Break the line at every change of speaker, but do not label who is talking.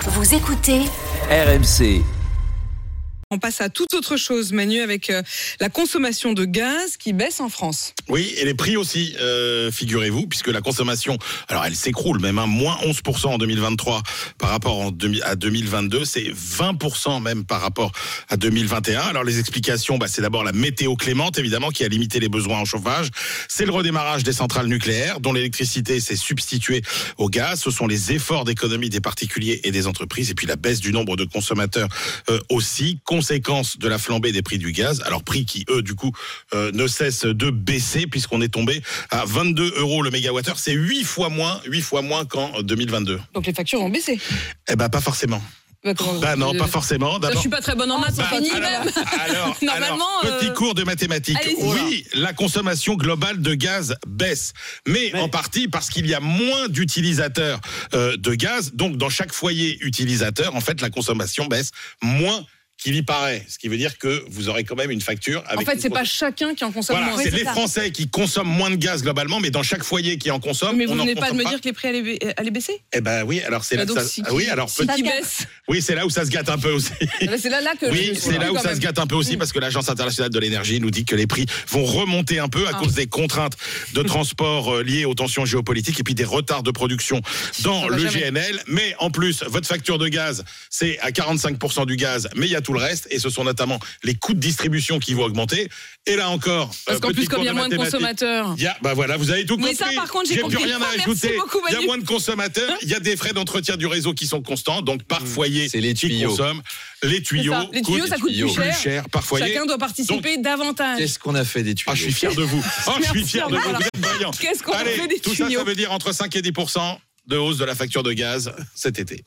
Vous écoutez
RMC.
On passe à toute autre chose, Manu, avec euh, la consommation de gaz qui baisse en France.
Oui, et les prix aussi, euh, figurez-vous, puisque la consommation, alors elle s'écroule même, hein, moins 11% en 2023 par rapport en demi- à 2022, c'est 20% même par rapport à 2021. Alors les explications, bah, c'est d'abord la météo clémente, évidemment, qui a limité les besoins en chauffage. C'est le redémarrage des centrales nucléaires, dont l'électricité s'est substituée au gaz. Ce sont les efforts d'économie des particuliers et des entreprises, et puis la baisse du nombre de consommateurs euh, aussi. Conséquence de la flambée des prix du gaz, alors prix qui, eux, du coup, euh, ne cessent de baisser, puisqu'on est tombé à 22 euros le mégawattheure. C'est 8 fois moins, 8 fois moins qu'en 2022.
Donc les factures ont baissé.
Eh ben, pas forcément.
Bah, comment-
Bah non,
euh,
pas forcément.
Je
D'abord,
suis pas très bonne en maths,
Bah,
on finit
alors,
même.
alors,
Normalement,
alors, petit
euh,
cours de mathématiques.
allez-y.
Oui, la consommation globale de gaz baisse, mais, en partie parce qu'il y a moins d'utilisateurs euh, de gaz. Donc, dans chaque foyer utilisateur, en fait, la consommation baisse moins qu'il y paraît. Ce qui veut dire que vous aurez quand même une facture.
En
Avec
fait,
une
c'est
grosse-
pas chacun qui en consomme
Ah, Voilà,
moins.
c'est les Français qui consomment moins de gaz globalement, mais dans chaque foyer qui en consomme,
Mais
on
vous
n'en
venez pas de
consomme
me dire que les prix allaient, ba- allaient baisser
Eh ben oui, alors c'est là,
Bah, donc,
que ça-
si-
oui, alors
Si
peut-
qui baisse
oui, c'est là où ça se gâte un peu aussi.
Ah bah, C'est là, là que je
Oui,
me suis
c'est là
dit
où
quand
ça se
même.
gâte un peu
Mm.
aussi parce que l'Agence internationale de l'énergie nous dit que les prix vont remonter un peu à
Ah.
cause des contraintes de transport euh, liées aux tensions géopolitiques et puis des retards de production dans
Ça va
le
jamais.
GNL. Mais en plus, votre facture de gaz, c'est à 45% du gaz, mais il y a tout le reste et ce sont notamment les coûts de distribution qui vont augmenter. Et là encore,
Parce
euh,
qu'en
petit
plus, comme
cours
il y a moins de
mathématiques.
consommateurs.
Il y a- bah voilà, vous avez tout compris.
Hein. Mais ça, par contre, j'ai
J'ai
compris. Ah,
plus rien à
Merci
ajouter.
beaucoup,
Il y a
Manu.
moins de consommateurs, il y a des frais d'entretien du réseau qui sont constants, donc par foyer,
Mmh. C'est les
qui
tuyaux.
consomme. Les tuyaux,
ça.
Les tuyaux, ça coûte
tuyaux.
plus
plus
cher.
cher par foyer.
Chacun doit participer davantage.
Qu'est-ce qu'on a fait des tuyaux
Ah, je suis fier de vous. Ah, je suis
Merci,
fier de vous.
voilà.
Vous êtes brillant.
Qu'est-ce qu'on fait
Allez,
des
tout ça,
tuyaux
ça veut dire entre 5 et 10 de hausse de la facture de gaz cet été.